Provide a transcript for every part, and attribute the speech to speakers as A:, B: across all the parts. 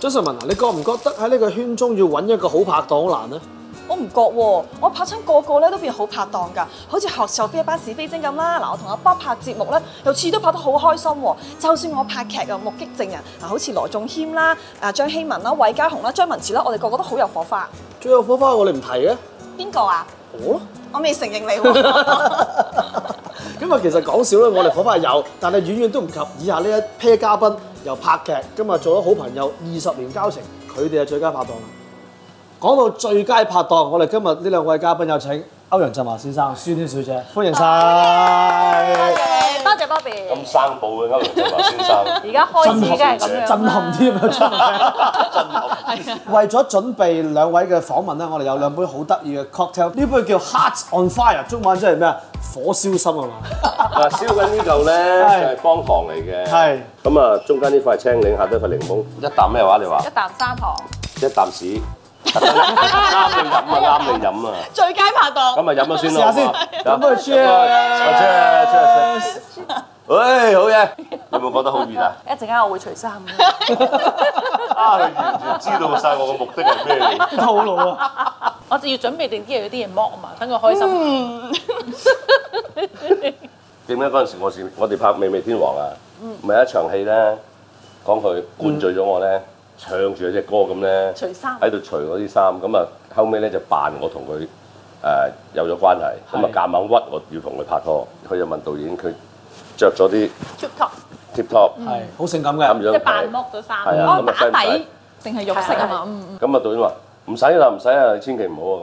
A: 張瑞文啊，你覺唔覺得喺呢個圈中要揾一個好拍檔好難呢？
B: 我唔覺喎，我拍親個個咧都變好拍檔㗎，好似學售飛一班是非精咁啦。嗱，我同阿北拍節目咧，又次都拍得好開心喎。就算我拍劇啊，目擊證人嗱，好似羅仲謙啦、啊張希文啦、韋家雄啦、張文慈啦，我哋個個都好有火花。
A: 最有火花我哋唔提嘅，
B: 邊個啊？
A: 我咯。
B: 我未承認你喎。
A: 咁啊，其實講笑咧，我哋火花有，但係遠遠都唔及以下呢一 pair 嘉賓由拍劇，今日做咗好朋友二十年交情，佢哋係最佳拍檔啦。講到最佳拍檔，我哋今日呢兩位嘉賓有請歐陽震華先生、孫天小姐，歡迎晒！
C: 多謝 Bobby，
D: 咁生保嘅歐陽震華 先生，
C: 而家開始梗係咁樣啦
A: 震撼添啊！真係為咗準備兩位嘅訪問咧，我哋有兩杯好得意嘅 cocktail，呢杯叫 Heart on Fire，中文即係咩啊？火燒心啊嘛！
D: 嗱燒緊呢嚿
A: 係
D: 咧就係幫房嚟嘅，
A: 係
D: 咁啊中間呢塊青檸，下低塊檸檬，一啖咩話你話
C: 一？啖砂糖，
D: 一 啖屎，啱你飲啊，啱你飲啊，
B: 最佳拍檔。
D: 咁啊飲咗先
A: 試
D: 咯，
A: 下先，
D: 好嘛
A: 咁啊
D: cheers，cheers，cheers，cheers
A: cheers！
D: 喂，好嘢，你有冇覺得好熱啊？
C: 一陣間我會除衫嘅。
D: 啊，你完全知道晒我嘅目的係咩嚟？
A: 套路啊！
C: 我就要準備定啲嘢，有啲嘢剝啊嘛，等佢開
D: 嗯
C: 心。
D: 記唔記得嗰陣時我是我哋拍《美味天王》啊，咪有一場戲咧，講佢灌醉咗我咧，唱住一隻歌咁咧，
C: 除衫
D: 喺度除我啲衫，咁啊後尾咧就扮我同佢誒有咗關係，咁啊夾硬屈我要同佢拍拖，佢就問導演佢着咗啲
C: t i p top，
D: tip top，
A: 係好性感
D: 咁
A: 嘅，
D: 樣
C: 即係扮
D: 睇，
C: 剝咗衫。
D: 係啊
C: 哦
D: 咁，啊
C: 打
D: 使唔
C: 底
D: 使
C: 定係肉色啊嘛，嗯嗯。
D: 咁啊導演話唔使啦，唔使啦，你千祈唔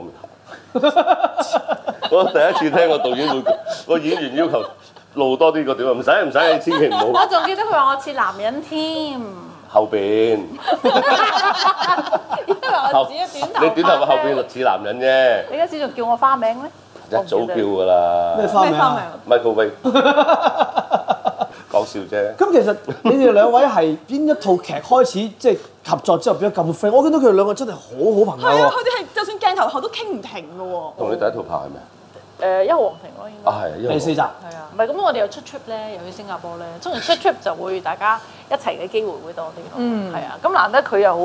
D: 好啊咁。我第一次聽個導演會，個演員要求露多啲個點啊，唔使唔使，你千祈 唔好
C: 我仲記得佢話我似男人添，
D: 後邊。
C: 因為我自己短頭髮
D: 你短頭髮後邊似男人
C: 你嗰時仲叫我花名咩？
D: 啫，一早叫㗎啦。
A: 咩花名啊？
D: Michael Way，講笑啫。
A: 咁其實你哋兩位係邊一套劇開始即係合作之後變咗咁 friend？我見到佢哋兩個真係好好朋
B: 係
A: 友
B: 啊，
A: 喎。
B: 佢哋係就算鏡頭後都傾唔停㗎喎。
D: 同你第一套拍係咩？
C: 誒，一皇庭咯，應該
D: 啊係，因為
A: 哦第四集
C: 係啊。唔係咁，我哋又出 trip 咧，又去新加坡咧，通常出 trip 就會大家一齊嘅機會會多啲咯。嗯，係啊。咁難得佢又好，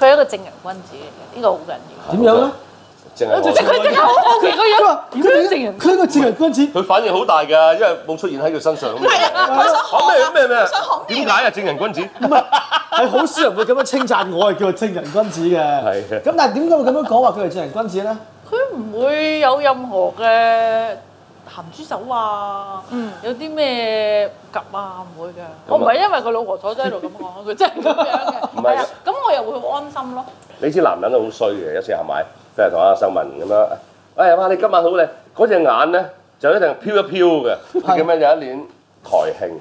C: 佢係一個正人君子嚟嘅，呢個好緊
A: 點
C: 要。
A: 樣咧？
D: 淨係我
A: 即係佢
C: 好好奇個樣
A: 佢話佢
C: 正人
A: 佢係個正人君子，
D: 佢反應好大㗎，因為冇出現喺佢身上咁樣。係啊，
B: 佢想
D: 講咩咩咩
B: 想學？咩
D: 點解啊？正人君子
A: 係好少人會咁樣稱讚我係叫做正人君子嘅。
D: 係啊嘅
A: 咁但係點解會咁樣講話佢係正人君子咧？
C: 佢唔會有任何嘅鹹豬手啊，有啲咩夾啊，唔會㗎。我唔係因為佢老婆坐咗喺度咁講，佢真係咁樣嘅。
D: 唔係㗎
C: 係啊，咁我又會好安心咯。
D: 你知男人都好衰嘅，有時係咪？即係同阿秀文咁樣，哎呀哇！你今晚好靚，嗰隻眼咧就一定飄一飄嘅。咁樣有一年台慶，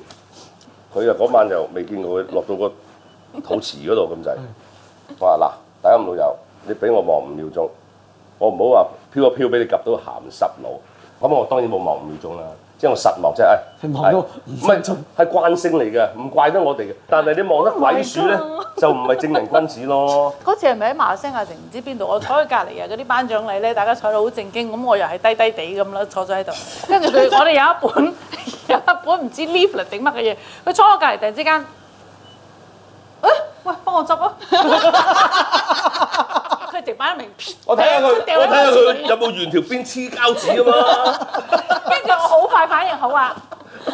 D: 佢就嗰晚就未見過佢落到個肚臍嗰度咁滯。我話嗱，大家老友，你俾我望五秒鐘，我唔好話飄一飄俾你及到鹹濕佬。咁我當然冇望五秒鐘啦，即係我實望即係。哎
A: 係望到
D: 唔
A: 五分鐘
D: 係係慣性嚟嘅，唔怪得我哋嘅。但係你望得鬼鼠咧
C: Oh my，
D: 就唔係正人君子咯。
C: 嗰次係咪喺馬來西亞定唔知邊度？我坐喺隔離啊，嗰啲頒獎禮咧，大家坐到好正經，咁我又係低低地咁啦，坐咗喺 度。跟住佢，我哋有一本 有一本唔知 leaflet 定乜嘅嘢，佢坐我隔離，突然之間，誒、喂，幫我 執啊！佢直擺明，
D: 我睇下佢，
C: 掉
D: 我
C: 喺
D: 睇
C: 個
D: 下佢
C: 樹
D: 有冇沿條邊黐膠紙啊 嘛。
C: 跟住我好快反應好啊！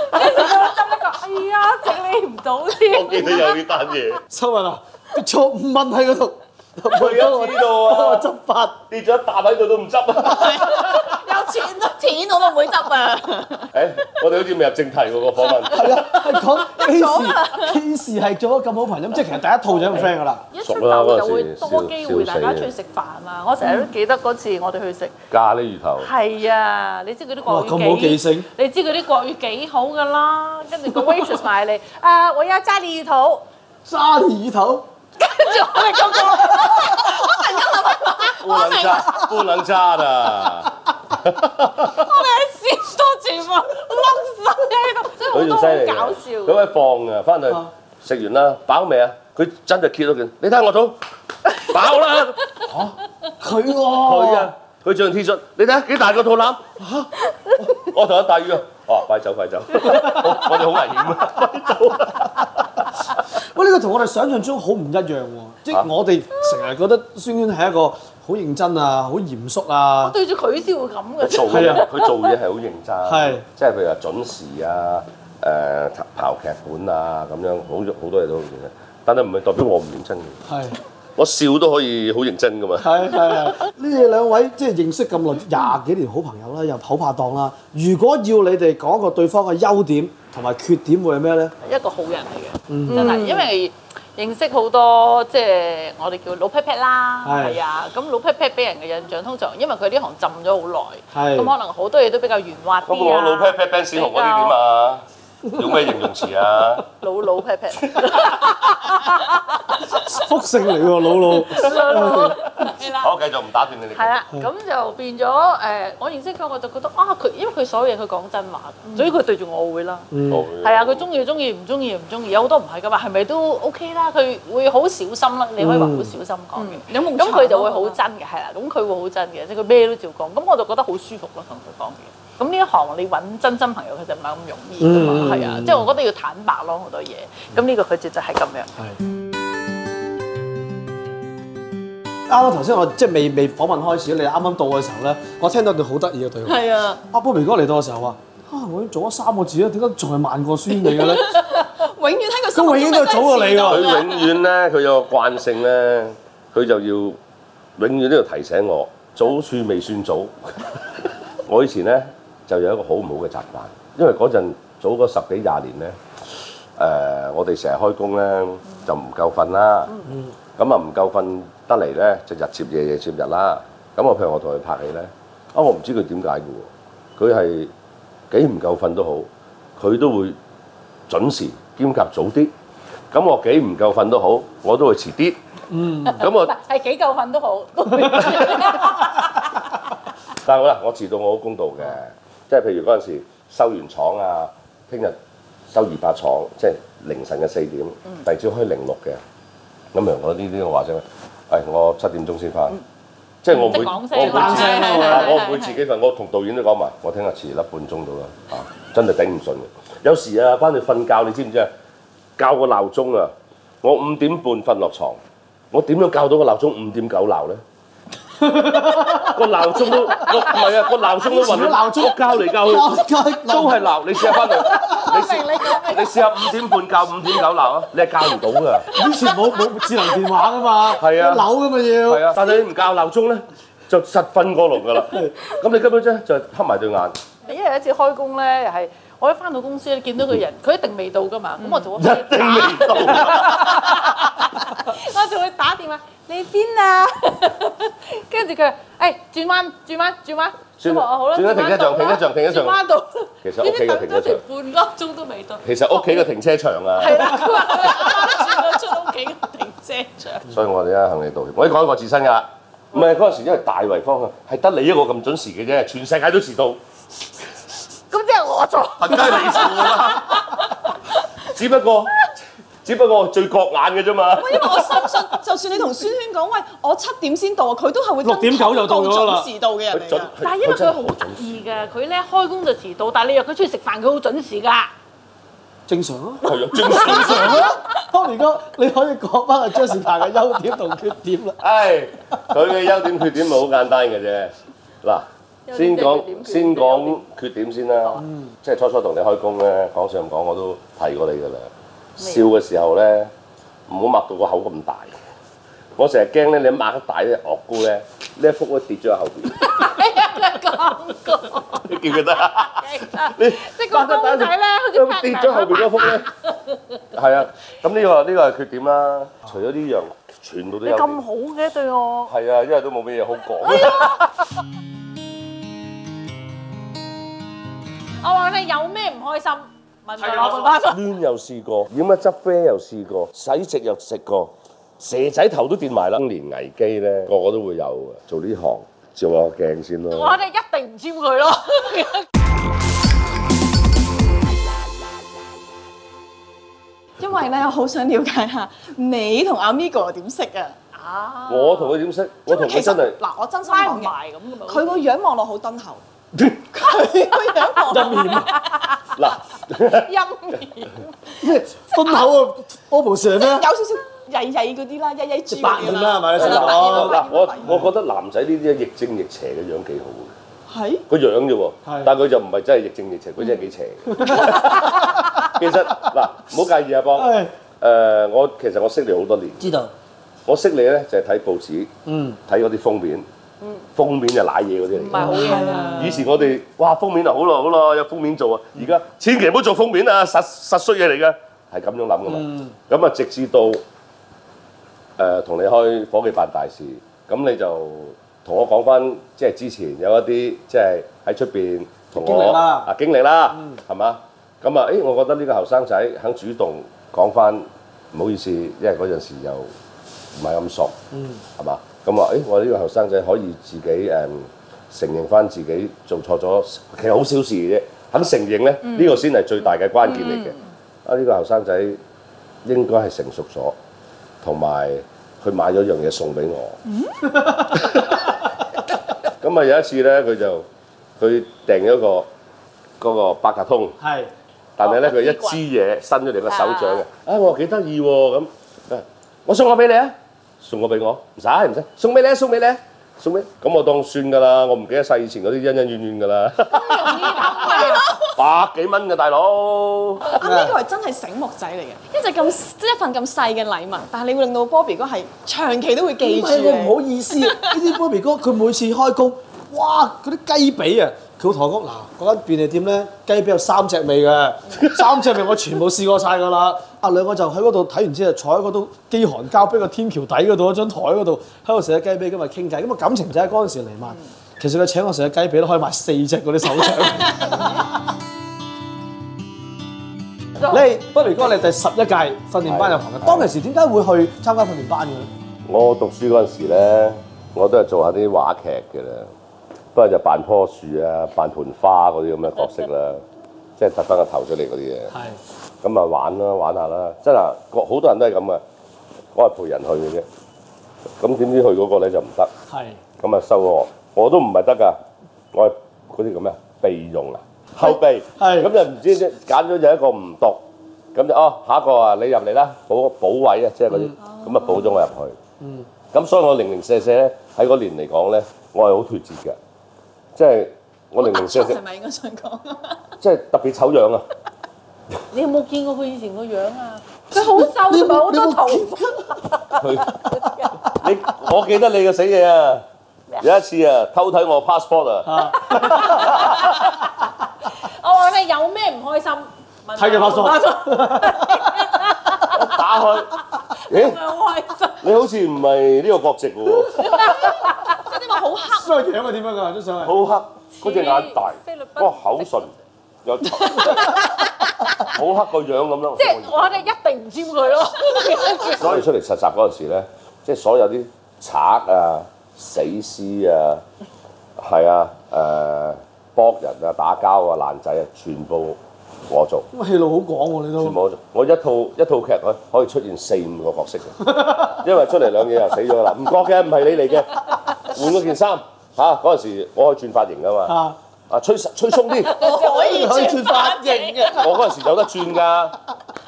C: 跟住佢執一個，哎呀，整理唔到添
D: 我。記得有呢單嘢，
A: 收哎文 啊，佢錯五蚊喺嗰 度，
D: 佢而家知道
A: 幫我
D: 啊，
A: 執法。
D: 跌咗一笪喺度都唔 執啊。
B: 有錢都錢我都唔會執啊！
D: 誒，我哋好似未入正題喎個訪問，
A: 係啊，係 講啊 K 時 K 時係做咗咁好朋友，咁即係其實第一套就咁 friend 㗎啦。
C: 一
D: 熟
C: 出
D: 啦
C: 埠
D: 嗰陣
C: 就
D: 時
C: 會多機會大
D: 笑死
C: 家
D: 嘅
C: 出去食飯啊！我成日都記得嗰次我哋去食。
D: 咖喱魚頭
C: 係啊，你知佢啲國語
A: 哇咁好記性
C: 你知佢啲國語幾好噶啦，跟住個 waitress 埋 嚟，啊，我要揸你魚頭，
A: 沙魚頭，
C: 跟住我哋咁個
D: 不能揸，不能揸的。
C: 我哋喺廁所全部冧晒喺度，真係好多
D: 佢仲犀利
C: 好
D: 嘅
C: 搞
D: 佢
C: 笑。
D: 可以放啊，翻去
A: 啊
D: 食完啦，飽未啊？佢真係揭到佢，你睇下我肚飽啦。
A: 佢喎。
D: 佢
C: 哦
A: 佢
D: 啊，佢着件 T 恤，你睇下幾大個肚腩嚇！我同阿大宇啊， 哦，快走快走，我我哋好危險啊！
A: 喂，呢個同我哋想象中好唔一樣喎。即
D: 啊
A: 係我哋成日覺得孫娟係一個好認真啊、好嚴肅啊，
C: 對住佢先會咁嘅
D: 佢
C: 啫
D: 做。
A: 係
D: 嘢
A: 啊，
D: 佢做嘢係好認真，
A: 係
D: 即係譬如話準時啊，誒、刨劇本啊咁樣，好好多嘢都好認真。但係唔係代表我唔認真嘅，
A: 係
D: 我笑都可以好認真噶嘛。
A: 係啊係係。呢你兩位即係認識咁耐，廿幾年好朋友啦，又好拍檔啦。如果要你哋講一個對方嘅優點同埋缺點，會係咩咧？
C: 一個好人
A: 嗯
C: 嚟嘅，真係，因為認識好多即係我哋叫老 pat pat 啦，
A: 係
C: 係啊，咁老 pat pat 俾人嘅印象通常因為佢呢行浸咗好
A: 係
C: 耐，咁可能好多嘢都比較圓滑
D: 咁
C: 啲
D: 我
C: 啊。
D: 老 pat pat Ben 史雄嗰啲點 啊？用咩形容詞啊？
C: 比較？老老 pat pat，
A: 福性嚟喎，老 老。
C: 係啦。
D: 好，繼續唔打斷你哋。
C: 係啊啦，咁就變咗誒、我認識佢，我就覺得啊，佢因為佢所有嘢佢講真話，所以佢對住我會啦。
A: 嗯，
C: 係啊，佢中意就中意，唔中意就唔中意，有好多唔係噶嘛，係咪都 OK 啦？佢會好小心啦，你可以話好小心講
A: 嗯
C: 嘅。
B: 有夢
C: 咁佢就會
B: 想咯
C: 好真嘅，係啦，咁佢會好真嘅，即係佢咩都照講，咁我就覺得好舒服咯，同佢講嘢。咁呢一行你揾真心朋友，佢就唔係咁容易㗎
A: 嗯
C: 嘛，係啊，即係我覺得要坦白咯好多嘢。咁呢個佢就就係咁樣。
A: 係。啱啱頭先我即係未未訪問開始，你啱啱到嘅時候咧，我聽到一段好得意嘅對話。
C: 係啊，
A: 阿 Bobby 哥嚟到嘅時候話：啊，我已經做咗三個字啦，點解仲係慢過孫你嘅 咧？
B: 永遠喺佢
A: 佢永遠都係啊早過你
D: 佢
A: 喎。
D: 永遠咧，佢有個慣性咧，佢就要永遠都要提醒我，早處未算早。 我以前咧就有一個好唔好嘅習慣，因為嗰陣早嗰十幾廿年咧，誒、我哋成日開工咧就唔夠瞓啦，咁啊唔夠瞓得嚟咧就日接夜，夜接日啦。咁我譬如我同佢拍戲咧，啊我唔知佢點解嘅喎，佢係幾唔夠瞓都好，佢都會準時兼夾早啲。咁我幾唔夠瞓都好，我都會遲啲。嗯，咁我
C: 係幾夠瞓都 好，都會
D: 但係好啦，我遲到我好公道嘅，即係譬如嗰陣時收完廠啊，聽日收二百廠，即係凌晨嘅四點，
C: 嗯
D: 第二朝開零六嘅。咁樣我呢啲我話聲，誒、我七點鐘先翻，即係我唔會，
C: 嗯即係
D: 我
C: 講
D: 唔
C: 聲
D: 會
A: 啦
D: 自
A: 係係係
D: 啊
C: 係
D: 我唔會自己瞓，我同導演都講埋，我聽日遲粒半鐘到啦，啊，真係頂唔順嘅。有時啊，翻去瞓覺，你知唔知啊？校個鬧鐘啊，我五點半瞓落床，我點樣校到個鬧鐘五點九 鬧咧？個鬧鐘都，我唔係啊，個鬧鐘都
A: 以前
D: 混
A: 個鬧鐘
D: 我校 嚟校去。都係鬧，你試下翻嚟，你試你試下五點半教五點九鬧啊，你係教唔到㗎。
A: 以前冇 冇智能電話噶嘛，
D: 係啊
A: 扭噶嘛要。
D: 係啊，但係你唔教鬧鐘咧，就實瞓過龍㗎 啦。咁你根本啫就黑埋對眼，
C: 因為有一次開工咧，又係我一翻到公司咧，見到個人，佢一定未到噶嘛，咁我就會
D: 一定未到。
C: 我就會打電話，你邊啊？ 跟住佢話，誒轉彎轉彎轉彎，
D: 轉
C: 咁我話好啦，
D: 轉一停一
C: 轉彎到
D: 陣停一
C: 啦
D: 陣停一陣
C: 轉彎到。
D: 其實屋企嘅停
C: 等
D: 車場
C: 咗成半個鐘都未到。
D: 其實屋企嘅停車場啊，
C: 係啦，佢話佢啱啱轉咗出屋企嘅停車場。
D: 所以我哋咧向你道歉。我已經改過自身㗎。唔係嗰陣時，因為大圍方向係得你一個咁準時嘅啫，全世界都遲到，
C: 咁即係我錯。
D: 係梗係你錯啦。只不過，只不過我最覺眼嘅啫嘛。
B: 因為我深信， 就算你同孫圈講，喂，我七點先到啊，佢都係會跟
A: 6.9就到咗啦
B: 準時到嘅人
D: 佢
B: 嚟
D: 準
B: 㗎。，
C: 但係因為
D: 真
C: 佢
D: 係
C: 好
D: 準
C: 得意㗎，佢咧開工就遲到，但係你約佢出去食飯，佢好準時㗎。
A: 正常啊。
D: 係啊，正常
A: 正常啊。Bobby 哥，你可以講翻阿張善鵬嘅優點同缺點啦。
D: 唉，佢嘅優點缺點咪好簡單嘅啫。嗱，
C: 優點
D: 先講
C: 缺點缺點嗯
D: 先講缺點先啦。即係初初同你開工咧，講上講我都提過你噶啦。笑嘅時候咧，唔好擘到個口咁大。我成日驚咧，你一擘得大咧，惡菇咧，呢一幅都跌咗喺 後邊。
C: 佢講過，
D: 你記唔 記得啊？你
C: 即係個公仔咧，好似拍
D: 跌咗後邊嗰幅咧，係啊。咁呢個呢個係缺點啦。除咗呢樣，全部都
C: 你
D: 有。
C: 咁好嘅對我。
D: 係啊，因為都冇咩嘢好講。
C: 我話你有咩唔開心？問佢攞個花生。
D: 煙又試過，染乜汁啡又試過，洗直又食過，蛇仔頭都電埋啦。中年危機咧，個個都會有嘅。做呢行照下個鏡先
C: 我
D: 咯。
C: 哋一定唔簽佢咯。
B: 因為咧，我好想了解下你同阿 Migo 點識啊？
C: 啊，
D: 我同佢點識？我同佢真係
B: 嗱，我真心
C: 拉唔
B: 講嘅，
C: 埋咁㗎嘛。
B: 佢個樣望落好敦厚，
A: 入面啊
D: 嗱，
C: 陰
A: 咩分口啊，OPPO 蛇咩？
B: 有少少曳曳嗰啲啦，曳曳豬
A: 白
B: 嗰
A: 面
B: 啲
A: 啦，係
B: 啦，
A: 咪？你想
D: 嗱
A: 講
D: 哦嗱，我我覺得男仔呢啲亦正亦邪嘅樣幾好嘅。
B: 係
D: 個樣啫喎
A: 係，
D: 但係佢就唔係真係亦正亦邪，佢真係幾邪嘅。其實嗱，唔好介意啊，邦。誒
A: 係、
D: 我其實我識你好多年，
A: 知道，
D: 我識你咧就係睇報紙，
A: 嗯，
D: 睇嗰啲封面，封面就賴嘢嗰啲
C: 唔
D: 嚟
C: 係
D: 嘅。
C: 好嘢啦。
A: 啊
D: 以前我哋哇封面啊好耐好耐有封面做啊，而家千祈唔好做封面啊，實實衰嘢嚟嘅，係咁樣諗噶
A: 嗯
D: 嘛。咁啊、直至到誒同、你開伙計辦大事，咁你就同我講翻，即係之前有一啲即係喺出邊同
A: 經歷
D: 我
A: 啦嗯
D: 啊經歷啦，係嘛、咁啊，誒、我覺得呢個後生仔肯主動講翻，唔好意思，因為嗰陣時又唔係咁熟。
A: 嗯，
D: 係嘛？咁話誒，欸我呢個後生仔可以自己誒、承認翻自己做錯咗，其實好小事嘅啫。肯承認咧，呢、呢個先係最大嘅關鍵嚟嘅。啊，呢、個後生仔應該係成熟咗，同埋佢買咗樣嘢送俾我。 咁啊、有一次咧，佢就佢訂咗個嗰、個百達通。
A: 係
D: 但係咧
C: 哦
D: 佢一支嘢伸咗你個手掌嘅，啊我話幾得意喎咁，啊我送我俾你啊，送我俾我，唔使唔使，送俾你啊送俾你啊，送俾，咁我當算㗎啦，我唔記得晒以前嗰啲恩恩怨怨㗎啦，百幾蚊嘅大佬，
B: 啱呢個係真係醒目仔嚟嘅，一隻咁即係一份咁細嘅禮物，但係你會令到 Bobby 哥係長期都會記
A: 唔
B: 住
A: 係我唔
B: 嘅。
A: 好意思，呢啲 Bobby 哥佢每次開工，哇嗰啲雞髀啊，佢會同我講嗱嗰間便利店咧雞髀有三隻味嘅，三隻味我全部試過晒㗎啦。阿兩個就喺嗰度睇完之後，坐喺嗰度飢寒交迫個天橋底嗰度嗰張台嗰度，喺度食咗雞髀咁咪傾偈，咁啊感情就喺嗰陣時嚟埋。其實佢請我食咗雞髀都可以買四隻嗰啲手掌。你不如哥，你第十一屆訓練班入行嘅，當其時點解會去參加訓練班嘅咧？
D: 我讀書嗰陣時咧，我都係做下啲話劇嘅啦，不過就扮棵樹啊，扮盆花嗰啲咁嘅角色啦，即係特登個頭出嚟嗰啲嘢。
A: 係
D: 咁啊玩啦，玩下啦，真係個好多人都係咁嘅，我係陪人去嘅啫。咁點知去嗰個咧就唔得，
A: 係
D: 咁啊收我，我都唔係得㗎，我係嗰啲叫咩啊備用啊，後備，
A: 係
D: 咁就唔知啫揀咗有一個唔讀，咁就哦下一個啊你入嚟啦，補補位啊，即係嗰啲，咁啊補咗我入去。
A: 嗯。
D: 咁所以我零零舍舍咧喺嗰年嚟講咧，我係好脱節嘅，即係我零零舍 舍
B: 係，咪應該想講？
D: 即係特別醜樣啊！
C: 你有冇見過佢以前個樣啊？佢好瘦，同埋好多頭髮。
D: 佢你我記得你嘅死嘢啊！有一次啊，偷睇我 passport 啊，
A: 啊。
C: 我話你有咩唔開心？問
A: 睇佢拍
C: 我
A: 數，
D: 我打開，咦？
C: 好開心。
D: 你好似唔係呢個國籍 嘅喎，
B: 即係啲話好黑，
A: 個樣啊係點樣㗎？張相係
D: 好黑，嗰隻眼大
C: 菲律，賓
D: 嗰個口唇又 好黑個樣咁咯。
C: 即係我哋一定唔尖佢 咯。
D: 所以出嚟實習嗰陣時咧，即係所有啲賊啊、死屍啊、係啊、誒、搏人啊、打交啊、爛仔啊，全部我做。
A: 咁戲路好廣喎，你
D: 全
A: 都
D: 部我一套一套劇可可以出現四五個角色嘅，因為出嚟兩嘢又死咗啦，唔覺嘅，唔係你嚟嘅，換嗰件衫嚇嗰陣時我可以轉髮型噶嘛，
A: 啊，
D: 啊吹吹鬆啲，
B: 可以
A: 可以轉髮型嘅，
D: 我嗰陣時有得轉㗎，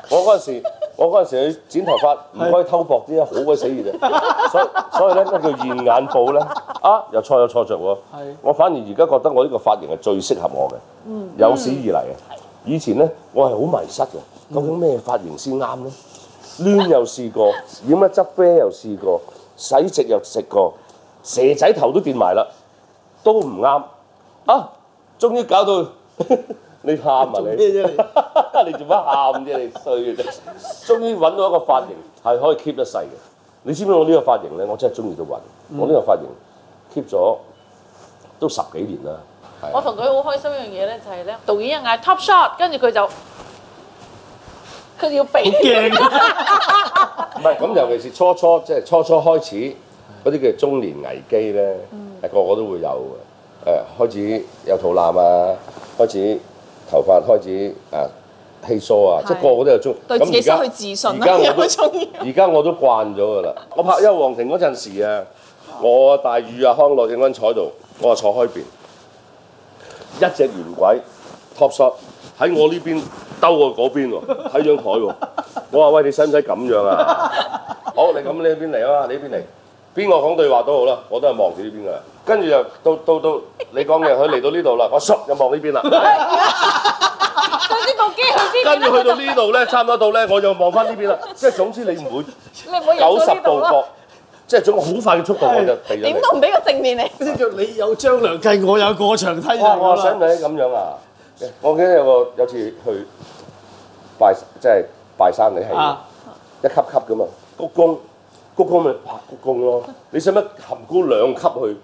D: 我嗰陣時我嗰陣時去剪頭髮唔可以偷薄啲啊，好鬼死熱啊，所以所以咧咩叫現眼報咧啊又錯有錯着喎
A: 係，
D: 我反而而家覺得我呢個髮型係最適合我嘅，有史以嚟嘅，以前咧我係好迷失嘅，究竟咩髮型先啱咧？攣又試過，染乜執啡又試過，洗直又食過，蛇仔頭都變埋啦，都唔啱啊！終於搞到 你喊啊
A: 做咩
D: 你！
A: 啫你？
D: 你做乜喊啫？你衰嘅啫！終於揾到一個髮型係可以 keep 一世嘅。你知唔知我呢個髮型咧？我真係中意到暈。我呢個髮型 keep 咗都十幾年啦。係
C: 我
D: 啊
C: 同佢好開心一樣嘢咧，就係咧，導演一嗌 top shot，跟住佢就佢要避。
A: 驚啊
D: 唔係咁，尤其是初初即係初初開始嗰啲叫中年危機咧，
B: 嗯
D: 係個個都會有嘅。誒、開始有肚腩啊，開始頭髮開始誒稀疏啊，即係個個都有中。
B: 對自己
D: 咁而家
B: 失去自信啊
D: 而家
B: 啦，
D: 我
B: 有
D: 都
B: 冇中意？
D: 而家我都慣咗㗎啦。我拍《幽皇庭》嗰陣時啊，我大宇啊、康樂、正君坐喺度，我啊坐開邊。一隻圓鬼 top shot 喺我呢邊兜過嗰邊喎，喺張台喎。我話喂，你使唔使咁樣啊？ 好，你咁呢邊嚟啊嘛，你呢邊嚟。邊個講對話都好啦，我都係望住呢邊噶。跟住就到到到你講嘢，佢嚟到呢度啦，我唰就望呢邊啦。
C: 首先部機去邊
D: 跟
C: 邊
D: 住去到
C: 咧，
D: 呢度咧，差唔多到咧，我就望翻呢邊啦。即係總之你唔會
C: 你唔好
D: 九
C: 入到
D: 十
C: 呢
D: 度
C: 度啦。
D: 角，即係總好快嘅速度我就避咗
B: 點
D: 你。
B: 都唔俾個正面你。
A: 即係叫你有張良計，我有過牆梯就
D: 哇！
A: 係
D: 我話使
A: 咁
D: 唔
A: 啦。
D: 使咁樣啊？我記得有個有次去拜即係拜山嘅戲，
A: 啊，
D: 一級級咁啊，鞠躬，鞠躬咪拍鞠躬咯。你使乜含高兩級去？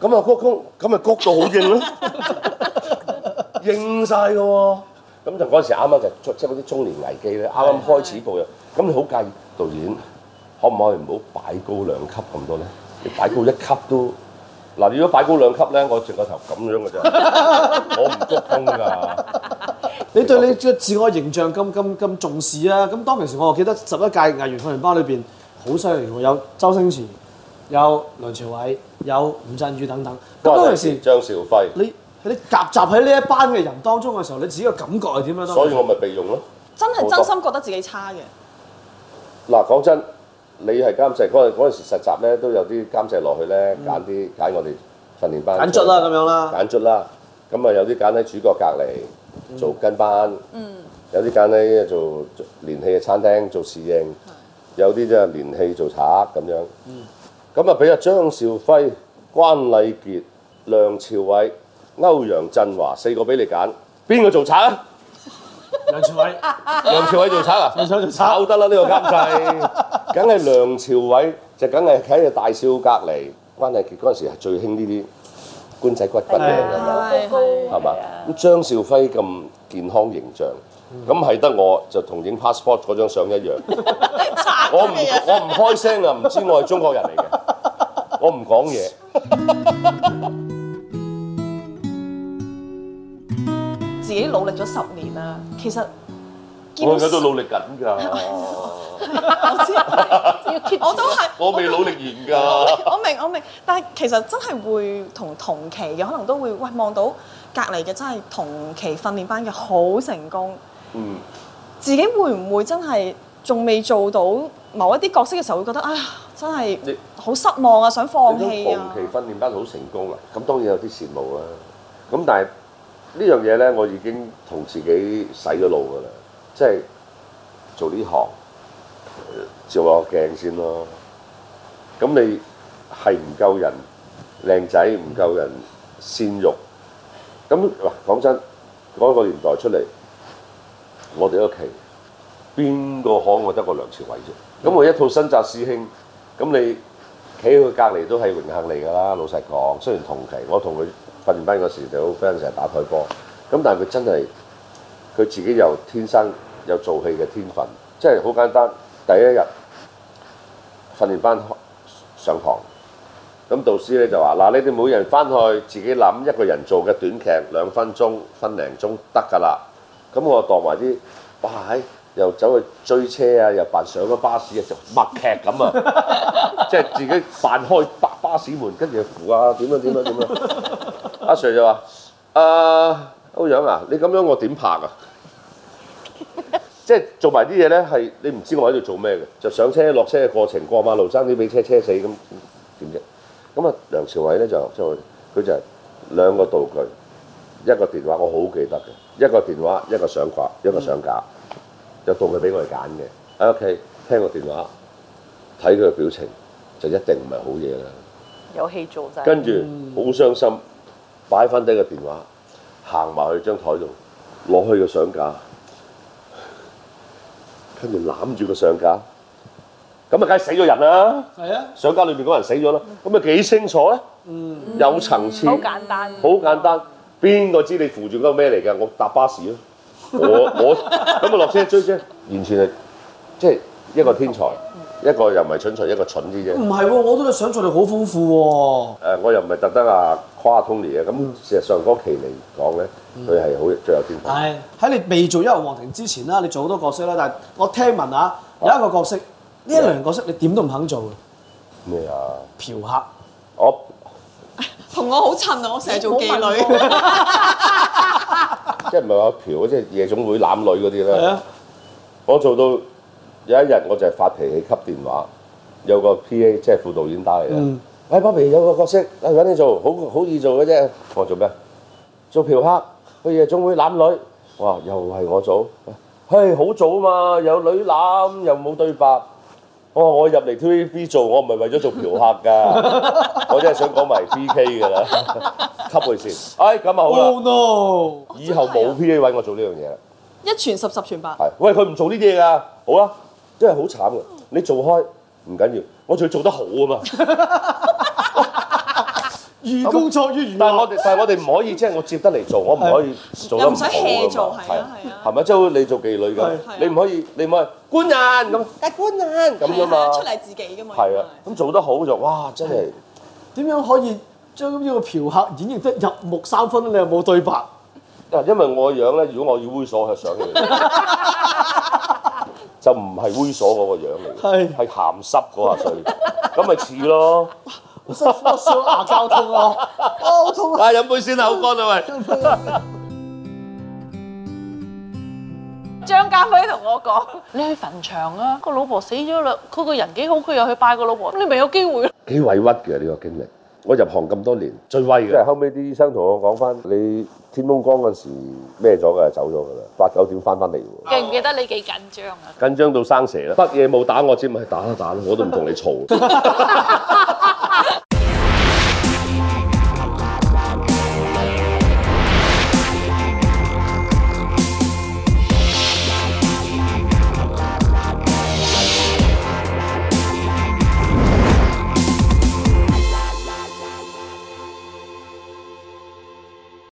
D: 咁啊鞠躬，咁咪鞠到好應咯，應晒嘅喎。咁就嗰陣時啱啱就即係嗰啲中年危機咧，啱啱開始步入，咁你好介意導演可唔可以唔好擺高兩級咁多咧？你擺高一級都嗱，如果擺高兩級咧，我淨個頭咁樣嘅啫，我唔鞠躬㗎。
A: 你對你嘅自我形象咁咁咁重視啊！咁當其時，我記得十一屆藝員訓練班裏邊好犀利喎，有周星馳，有梁朝偉，有吳鎮宇等等。咁當其時，
D: 張兆輝，
A: 你你夾雜喺呢一班嘅人當中嘅時候，你自己嘅感覺係點樣咧？
D: 所以我咪被用咯。
B: 真係真心覺得自己差嘅，
D: 嗱，講真，你係監製嗰陣嗰陣時實習咧，都有啲監製落去咧，揀啲揀我哋訓練班
A: 緊張嗯啦，咁樣啦，
D: 揀卒啦，咁啊有啲揀喺主角隔
A: 嗯
D: 離做跟班，有啲揀喺做做連戲嘅餐廳做侍應，有啲就係連戲做賊咁樣。
A: 嗯
D: 咁啊俾阿張兆輝、關禮傑、梁朝偉、歐陽振華四個俾你揀，邊個做賊 啊？
A: 梁朝偉，
D: 梁朝偉做賊啊？
A: 梁朝偉做賊
D: 炒得啦呢個監製，梗係梁朝偉就梗係喺大少隔離，關禮傑嗰陣時係最興呢啲官仔骨骨
A: 係
D: 嘅
C: Dạ,
D: 咁
A: 啊
D: 樣。
B: 係
D: 係嘛？咁張兆輝咁健康形象，咁係得我就同影 passport 嗰張相一樣。
B: 差
D: 我唔我唔開聲啊，唔知我係中國人嚟嘅，我唔講嘢。
B: 自己努力咗十年啦，其實見
D: 我
B: 到
D: 而家都努力緊㗎，
B: 我知
C: 要 keep
B: 我都係
D: 我未努力完㗎。
B: 我明我明，但係其實真係會同同期嘅，可能都會喂望到隔離嘅真係同期訓練班嘅好成功，
D: 嗯，
B: 自己會唔會真係仲未做到某一啲角色嘅時候，會覺得啊真係
D: 你
B: 好失望啊，想放棄
D: 你都
B: 啊
D: 同，期訓練班好成功啦，咁當然有啲羨慕啦。咁但係呢樣嘢咧，我已經同自己洗咗腦㗎啦，即係做呢行呃照下個鏡先咯。咁你係唔夠人靚仔，唔夠人鮮肉。咁嗱，講真，嗰、個年代出嚟，我哋屋企邊個可我得過梁朝偉啫？咁我一套新紮師兄，咁你企喺佢隔離都係榮幸嚟㗎啦。老實講，雖然同期我同佢訓練班嗰時就好 friend，成日打台波，咁但係佢真係佢自己又天生有做戲嘅天分，即係好簡單。第一日訓練班開上堂。咁導師咧就話：嗱，你哋每人翻去自己諗一個人做嘅短劇兩分鐘、分零鐘得㗎啦。咁我當埋啲，哇！唉又走去追車啊，又扮上咗巴士啊，就默劇咁啊，即係自己扮開巴巴士門，跟住扶啊，點樣點樣點樣。阿 Sir 就話：啊，歐陽啊，你咁樣我點拍啊？即係做埋啲嘢咧，係你唔知我喺度做咩嘅，就上車落車嘅過程，過馬路爭啲俾車車死咁點啫？咁啊，梁朝偉咧就就佢就係兩個道具，一個電話我好記得嘅，一個電話，一個相框，一個相架，有道具俾我哋揀嘅。喺屋企聽個電話，睇佢嘅表情，就一定唔係好嘢啦。
C: 有戲做就係。
D: 跟住好傷心，擺翻低個電話，行埋去張台度，攞開個相架，跟住攬住個相架，咁啊，梗係死咗人啦！
A: 係啊，
D: 相架裏邊嗰人死咗啦，咁啊幾清楚咧？
A: 嗯，
D: 有層次，
C: 好
D: 好
C: 簡單，
D: 簡單。邊個知你扶住嗰個咩嚟㗎？我搭巴士咯，我我咁啊落車追啫，完全係即係一個天才，一個又唔係蠢材，一個蠢啲啫。
A: 唔係喎，我覺得你想像力好豐富
D: 誒，我又唔係特登啊誇 Tony 嘅，
A: 嗯
D: 咁事實上嗰期嚟講咧，佢係好最有天
A: 喎。
D: 分。
A: 係喺你未做《一日皇庭》之前啦，你做好多角色啦，但係我聽聞啊，有一個角色，呢一兩個角色你點都唔肯做嘅，
D: 咩啊？
A: 嫖客。
D: 我
E: 同我好襯啊！我成日做妓女，
D: 啊即係唔係話嫖，即係夜總會攬女嗰啲
A: 係
D: 咧
A: 啊。
D: 我做到有一日我就係發脾氣吸電話，有個 P.A. 即係副導演打嚟啦
A: 嗯。
D: 喂，Bobby 有個角色，啊揾你做，好好易做嘅啫。我話做咩？做嫖客，去夜總會攬女。我話又係我做，嘿好做啊嘛，有女攬又冇對白。我話我入嚟 TVB 做，我唔係為咗做嫖客㗎，我真係想講埋 P.K. 㗎啦，吸佢先。哎，咁啊好啦。
A: Oh no！
D: 以後冇 P.A. 揾我做呢樣嘢啦。
E: 一傳十，十傳百。
D: 係，喂，佢唔做呢啲嘢㗎，好啦，真係好慘㗎。你做開唔緊要，我仲要做得好啊嘛。
A: 寓工作於娛
D: 但係我
A: 樂，
D: 哋，但係我哋唔可以，即係我接得嚟做，我唔可以做得
E: 又
D: 唔
E: 唔使
D: 好㗎
E: hea
D: 嘛
E: 做係啊係啊
D: 係咪？即係好似你做妓女
A: 係
D: 咁
A: 係
E: 啊，
D: 你唔可以，你唔可以官人咁，係官人咁㗎
E: 係啊
D: 嘛。
E: 出嚟自己噶嘛。
D: 係啊，咁做得好就哇，真係
A: 點樣可以將呢個嫖客演繹得入木三分？你又冇對白，
D: 嗱，因為我個樣咧，如果我要猥瑣，係想佢哋。 就唔係猥瑣嗰個樣嚟
A: 係
D: 嘅，係鹹濕嗰下水，咁咪似咯。
A: 辛苦得上牙交痛啊！啊好痛啊！
D: 啊，飲杯先啦，好乾啦喂。
C: 張家輝同我講：你去墳場啊，個老婆死咗啦，佢個人幾好，佢又去拜個老婆，咁你咪有機會咯。
D: 幾委屈嘅呢個經歷。我入行咁多年，最威嘅。即係後尾啲醫生同我講翻，你天空光嗰時咩咗㗎，走咗㗎啦，八九點翻翻嚟喎。
C: 記唔記得你幾緊張啊？
D: 緊張到生蛇啦！北野冇打我，只咪打啦打啦，我都唔同你嘈。